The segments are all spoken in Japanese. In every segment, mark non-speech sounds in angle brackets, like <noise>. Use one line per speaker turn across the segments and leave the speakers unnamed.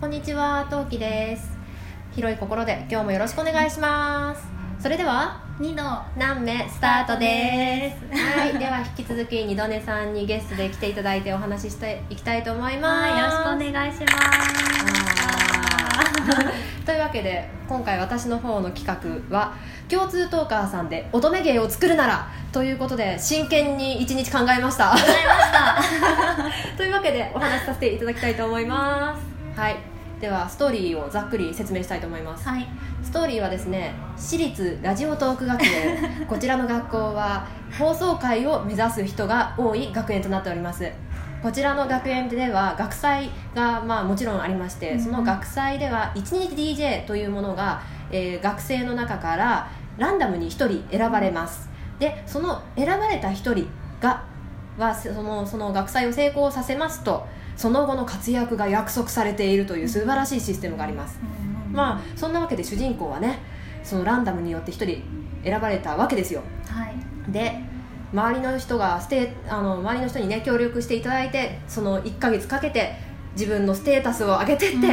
こんにちは、トウキです。広い心で今日もよろしくお願いします。それでは
二の
何目スタートです。はい、では引き続き二度寝さんにゲストで来ていただいてお話ししていきたいと思います。
はい、よろしくお願いします。
というわけで今回私の方の企画は「共通トーカーさんで乙女芸を作るなら」ということで真剣に一日考えました
ございまし
<laughs>
た。
というわけでお話しさせていただきたいと思いますはいではストーリーをざっくり説明したいと思います
はい、
ストーリーはですね私立ラジオトーク学園
<laughs>
こちらの学校は放送会を目指す人が多い学園となっておりますこちらの学園では学祭がまあもちろんありまして、
うん
その学祭では一日 DJ というものが、えー学生の中からランダムに1人選ばれますでその選ばれた1人がはそのその学祭を成功させますとその後の活躍が約束されているという素晴らしいシステムがありますまあそんなわけで主人公はねそのランダムによって1人選ばれたわけですよ
あ、はい、
で周りの人がステあの周りの人にね協力していただいてその1ヶ月かけて自分のステータスを上げてって、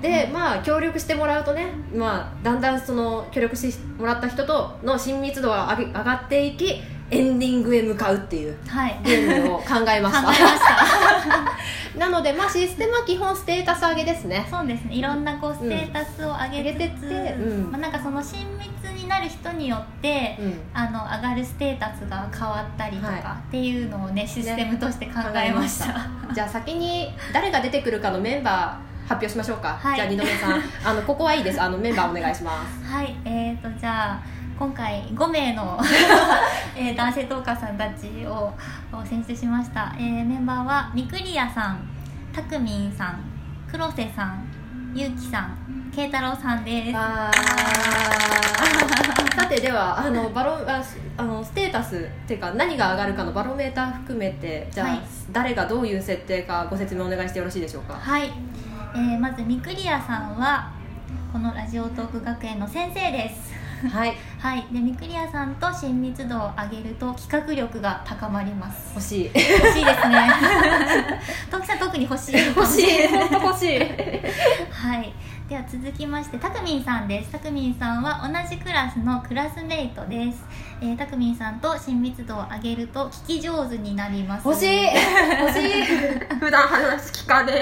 でまあ協力してもらうとね、まあ、だんだんその協力してもらった人との親密度が上げ上がっていきエンディングへ向かうっていう
はい、考
ゲームを考え
え
ま
ま
し
した。
た <laughs> なので、まあ、システムは基本ステータス上げですね
そうですね、いろんなこうステータスを上げ
上げて
て
っ
つ
て
つ、
うん
まあなんかその親密になる人によって。
うん
あの上がるステータスが変わったりと
は
かっていうのをねシステムとして考えました,、
考じゃあ先に誰が出てくるかのメンバー発表しましょうか、
はい
じゃあ二度目さ <laughs> んあのここはいいですあのメンバーお願いします
はいえー、とじゃあ今回5名
<laughs>
の、えー男性トーカーさんたちをを選出しました、えーメンバーはみくりやさんたくみんさん黒瀬さんゆうきさんけいたろうさんですは
あー <laughs> さてではあのバロあすあのステータスっていうか何が上がるかのバロメーター含めてじゃあ、
はい
誰がどういう設定かご説明お願いしてよろしいでしょうか
い、えーまずみくりやさんはこのラジオトーク学園の先生です
はい
はいでみくりやさんと親密度を上げると企画力が高まります
欲しい
欲しいですね
<laughs>
ときさん特に欲しい
欲しい本当 <laughs> 欲しい
はい、では続きましてたくみんさんですたくみんさんは同じクラスのクラスメイトです、えー、たくみんさんと親密度を上げると聞き上手になります
欲し <laughs> い欲しい普段話聞かね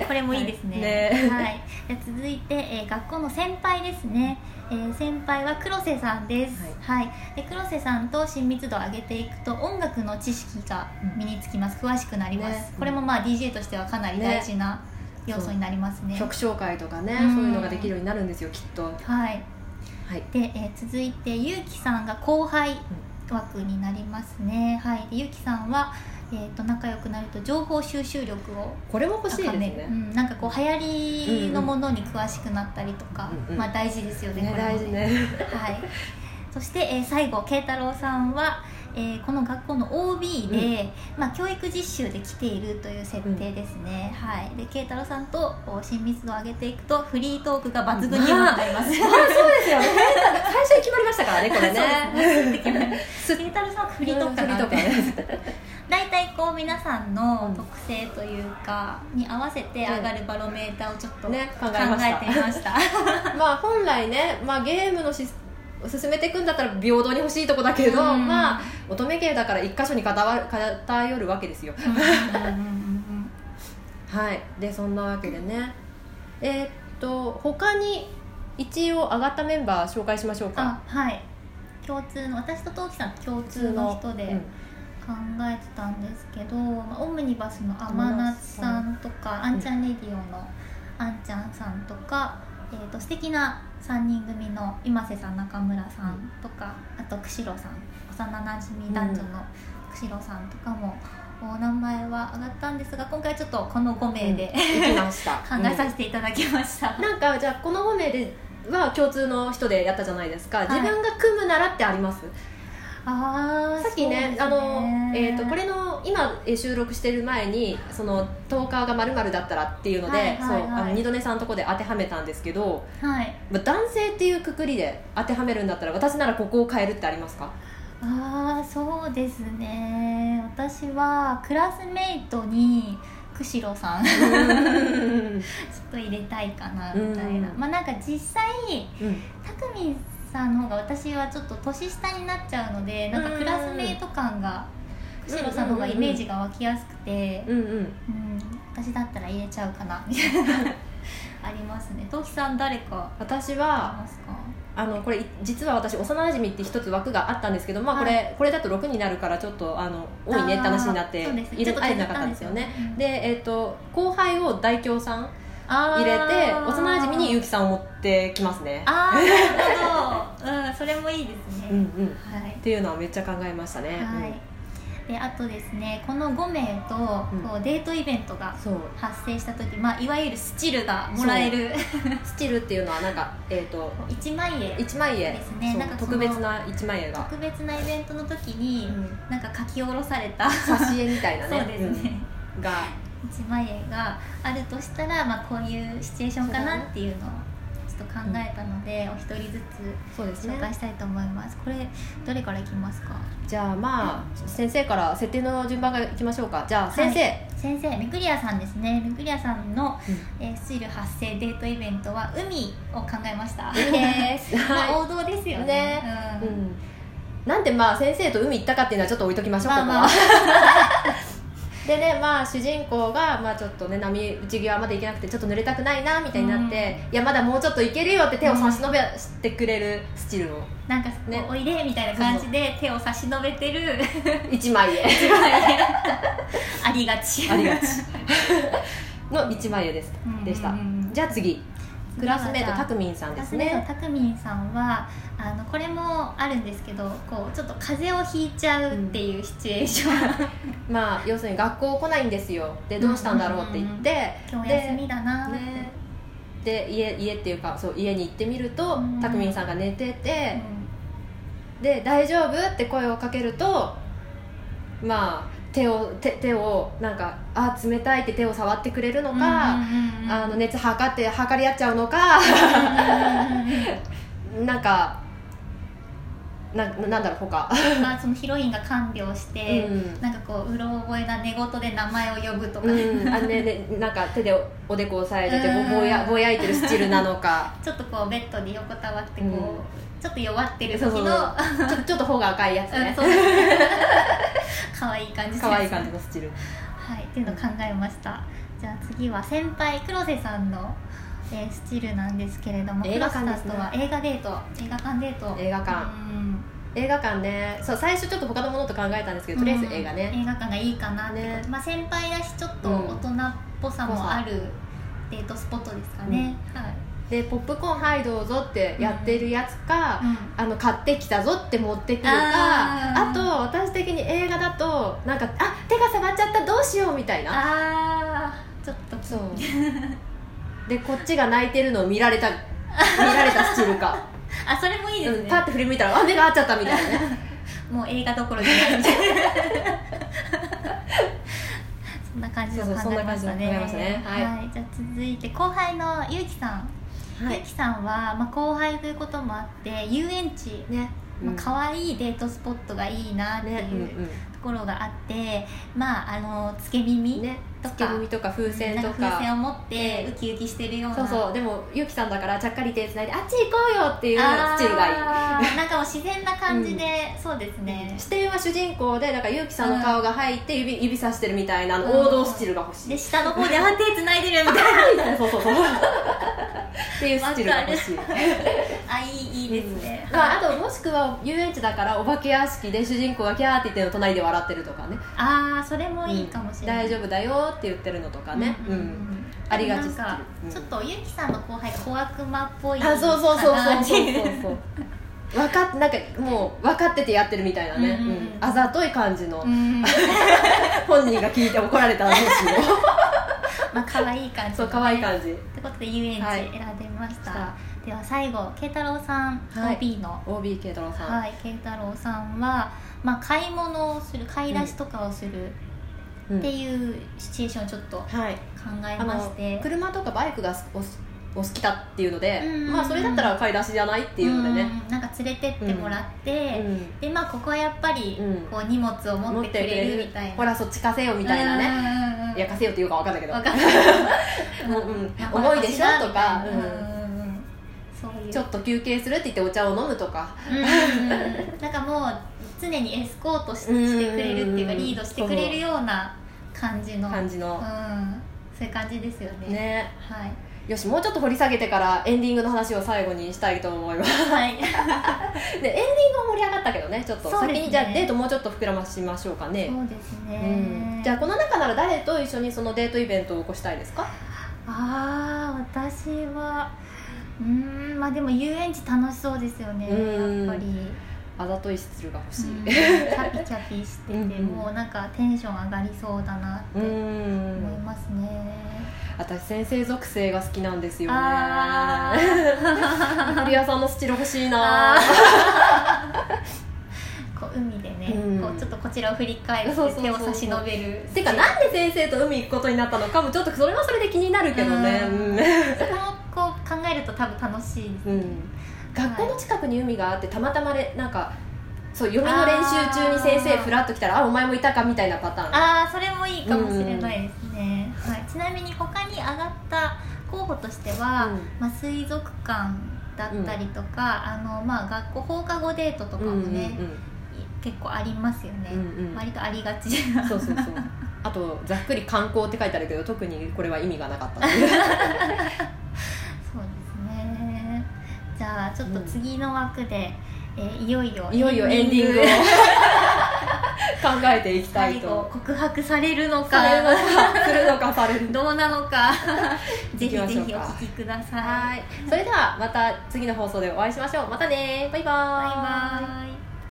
え
これもいいですね
ね
はい、では続いて、えー学校の先輩ですね、えー先輩は黒瀬さんです、はいで黒瀬さんと親密度を上げていくと音楽の知識が身につきます詳しくなります、
ね
これもまあ DJ としてはかなり大事な要素になりますね
曲紹介とかね
うん
そういうのができるようになるんですよきっとは
はい
い
で、えー続いてゆうきさんが後輩枠になりますね、はいでゆうきさんは、えー、と仲良くなると情報収集力を
これも欲しいで
高
す
め
ね
る、うん、なんかこう流行りのものに詳しくなったりとか、
うんうん
まあ、大事ですよね
ね
これも
大事ね
はい、 <laughs> そして、えー最後慶太郎さんは、えーこの学校の OB で、まあ、教育実習で来ているという設定ですね、はいで慶太郎さんとこう親密度を上げていくとフリートークが抜群にもなります、
あそうですよね最初に決まりましたからねこ
<laughs>
れね
ケイタロウさんは振りとか
振りとかね
大体こう皆さん
うん
の特性というかに合わせて上がるバロメーターをちょっと考え
ね
て
考
み
えま
ま
した
した
まあ本来ね、まあ、ゲームのし進めていくんだったら平等に欲しいとこだけど、
うん
まあ乙女芸だから一箇所に偏わ偏るわけですよ
うんうんうんうん
はいでそんなわけでねえーっと他に一応上がったメンバー紹介しましょうか
<laughs> あはい共通の私とトウキさん共通の人で考えてたんですけど、まあ、オムニバスの天夏さんとかあんちゃんレディオのあんちゃんさんとか、えー、と素敵な3人組の今瀬さん中村さんとかあと釧路さん幼なじみ男女の釧路さんとかも、お名前は上がったんですが今回はちょっとこの5名で、
うん、行きました
<laughs> 考えさせていただきました、
うんなんかじゃあこの5名では共通の人でやったじゃないですか、
い
自分が組むならってあります
あー
さっき
そう
ね
です
あの、えー、とこれの今えー収録してる前にその10日がまるだったらっていうので、
はいはいはい
そうあの二度寝さんのとこで当てはめたんですけど、
はい
まあ男性っていうくくりで当てはめるんだったら私ならここを変えるってありますか
<laughs> ああそうですね <laughs> 私はクラスメイトに釧路さん
うん
と入れたいかなみたいな、
うん
まあなんか実際
うん
たくみんさんの方が私はちょっと年下になっちゃうのでなんかクラスメート感が釧路さんの方がイメージが湧きやすくて、
うんうん
うん、私だったら入れちゃうかなみたいな
<laughs>
ありますねトキさん誰か
私
い
は
ますか
あのこれ実は私幼馴染って一つ枠があったんですけど、まあこれ
は
これだと6になるからちょっとあの多いねって話になって
あーそうですね
い
ちょ
る
っと
会えなかったんですよね。で、えっと後輩を大京さん入れて幼馴染に
う
ゆきさんを持ってきますね。
あーなるほど、うん、それもいいですね、
うんうん、
はい
っていうのはめっちゃ考えましたね。
はい、であとですねこの5名とこう、デートイベントが
うんそう
発生した時、まあ、いわゆるスチルがもらえる
スチルっていうのはなんか、えっと
1万円
一枚絵
ですね
そう
なんかその
特別な一枚絵が、
特別なイベントの時に、
うん
なんか書き下ろされた <laughs> そ
挿絵みたいな
う
ね
ですね、
うん
<laughs>
が
1万円があるとしたら、まあ、こういうシチュエーションかなっていうのをちょっと考えたので、お一人ず
そうで
つ
す
紹
ね
介したいと思います、これどれからいきますか
じゃあまあ先生から設定の順番からいきましょうかじゃあ先生、
はい先生ミクリアさんですねミクリアさんの、
うん
えー、スイル発生デートイベントは海を考えました
海です
<laughs> まあ
は
王道ですよね
ねい、
う
うんん、なんでまあ先生と海行ったかっていうのはちょっと置いときましょう、
まあまあ
ここは <laughs> でねまあ主人公がまあちょっとね波打ち際まで行けなくてちょっと濡れたくないなみたいになって、いやまだもうちょっと行けるよって手を差し伸べしてくれるスチルの
なんか、
ね
おいでみたいな感じで手を差し伸べてる
<laughs> 一枚絵
ありがち
ありがち <laughs> の一枚絵です
うん
でした
うんうんうん
じゃあ次クラスメート
じゃあ
たくみんさん
ク
で
ラ
す
スメー
ね
トたくみんさんはあのこれもあるんですけどこうちょっと風邪をひいちゃうっていうシチュエーション、
まあ要するに学校来ないんですよでどうしたんだろうって言って、
今日休みだなって、
ね、で家家っていうかそう家に行ってみると
うん
たくみんさんが寝て
う
て「
ん
で大丈夫?」って声をかけるとまあ手を手手をなんか「あ冷たい」って手を触ってくれるのか、
うんうんうん
あの熱測って測り合っちゃうのか <laughs>
うんうんうん
なんかななんだろう他、
<laughs> まあ、そのヒロインが看病して、
うん
なんかこううろ覚えな寝言で名前を呼ぶとか、
うん、あねねなんか手でおでこを押さえてて
うん
ぼぼやぼやいてるスチルなの
<laughs>
か
ちょっとこうベッドで横たわってこう、
うん
ちょっと弱ってる時
そう
の
そうちょちょっと頬が赤いやつ
うん
ね <laughs>
そう可愛い感じです
可愛い感じのスチル
はい、っていうのを考えました、じゃあ次は先輩黒瀬さんの、えースチルなんですけれども
映画館ですね
黒瀬さんとは映画デート映画館デート
映画館
うん
映画館ねそう最初ちょっと他のものと考えたんですけどとりあえず映画
うん
ね、
映画館がいいかなってこと、
ね
まあ、先輩だしちょっと
うん
大人っぽさもあるデートスポットですかね、はい、
で「ポップコーンはいどうぞ」ってやってるやつか、あの買ってきたぞって持ってくるか
あー
あと私的に映画だとなんか「あ手が触っちゃったどうしよう」みたいな
あーちょっと
そうでこっちが泣いてるのを見られた見られたスチルか、
あそれ <laughs> もいいです
うん、
ね
パッて振り向いたら「あ目が合っちゃった」みたいなね
もう映画どころじゃないみたい <laughs> なそんな感じの考
そうそうそん
え
な
ま
感
し
じの
た
考
ね
えましたねはい
はい、じゃあ続いて後輩のゆうきさん、
は
ゆう
い
きさんは、まあ、後輩ということもあって遊園地
ね、
まあ、
わ
可愛いデートスポットがいいなっていう
ね、うんうん
ところがあって、まああのつけ耳、
ね
とか
月組とか風船と
なん
か
風船を持って
うん
ウキウキしてるような
そうそうでもゆきさんだからちゃっかり手つないで「あっち行こうよ」っていう
あー
スチルがいい
なんかもう自然な感じで、そうですね
視点は主人公でなんかゆうきさんの顔が入って指,、指さしてるみたいなあの
うん
王道スチルが欲しい、
で下の方で「あー手つないでる」みたいな
そうそうそうっていうスチルが欲しい
あいいいいですね、
うんまあ、あともしくは遊園地だからお化け屋敷で主人公がキャーって言ってるの隣で笑ってるとかね
ああそれもいいかもしれない、
うん大丈夫だよって言ってるのとかねうん、ありがち
な
ス
ん
チル
か、
うん
ちょっとゆきさんの後輩が小悪魔っぽい
あそうそうそう
かな
そう
って
そう
い
そうそう分かってなんかもう分かっててやってるみたいなね、
うんうんうん
うんあざとい感じの、
うん
本人が聞いて怒られたらどうしよう
<laughs> まあ可愛い感じ
そう可愛い感じ
ということで遊園地
はい
選びました、
さ
では最後慶太郎さん、
はい
OB の
OB 慶太郎さん、
はい慶太郎さんは、まあ、買い物をする買い出しとかをする
うん
っていうシチュエーションをちょっと考
はい、
え
あ
まし
の
て、
車とかバイクがおお好きだっていうので、
うんうんうん
まあ、それだったら買い出しじゃないっていうのでね、
うんなんか連れてってもらって、
うん
でまあここはやっぱり
うん
こう荷物を持ってくれるみたいな、
ほらそっち貸せよみたいなね
ねうん
やかせよっていうか分かんないけど
わかんない <laughs>
もううん
まあ
重いでしょとか
私が
うん
うんうんうんそういう
ちょっと休憩するって言ってお茶を飲むとか
うんうんうんなんかもう常にエスコートししてくれるっていうか
うんうんうん
リードしてくれるような感じの
感じの、
うん、そういう感じですよね
ね
はい
よしもうちょっと掘り下げてからエンディングの話を最後にしたいと思います
はい
でエンディングも盛り上がったけどねちょっと
そう
先
ですね
にじゃあデートもうちょっと膨らましましょうかね
そうです
うん
ね、
じゃあこの中なら誰と一緒にそのデートイベントを起こしたいですか
ああ私はうーんまあでも遊園地楽しそうですよね
うん
やっぱり、
あざといスツルが欲しい
うんチャピチャピしてて
うんうん
もうなんかテンション上がりそうだなって
うん
思いますね、
私先生属性が好きなんですよね
あ
古谷さんのスチル欲しい
あ
な
<laughs> こう海でね、
うん
こうちょっとこちらを振り返って
そうそうそう
手
そう
を差し伸べる
てかなんで先生と海行くことになったのかもちょっとそれはそれで気になるけどね
うん
うん
そこもこう考えると多分楽しいです
うん学校の近くに海があってたまたまれなんかそう読みの練習中に先生
あー
ふらっと来たらあお前もいたかみたいなパターン
ああそれもいいかもしれないですね、はい、ちなみに他に上がった候補としては、
うん
まあ、水族館だったりとか、あのまあ、学校放課後デートとかもね、
うん
結構ありますよね、
うんうん
割とありが <laughs> ち
うん、そう <laughs> そうそうあとざっくり観光って書いてあるけど特にこれは意味がなかったっていう <laughs>
そうですねじゃあちょっと次の枠で、えーいよいよ
いよいよエンディングを <laughs> 考えていきたい
最後
と
告白されるの
されるの
か
かするのかされる <laughs> のか
どうなのかぜひぜ
行き
ひ
ま
お
しょうか
聞きください
はいそれではまた次の放送でお会いしましょうまたねバイバ
バイ
ーイ
バイ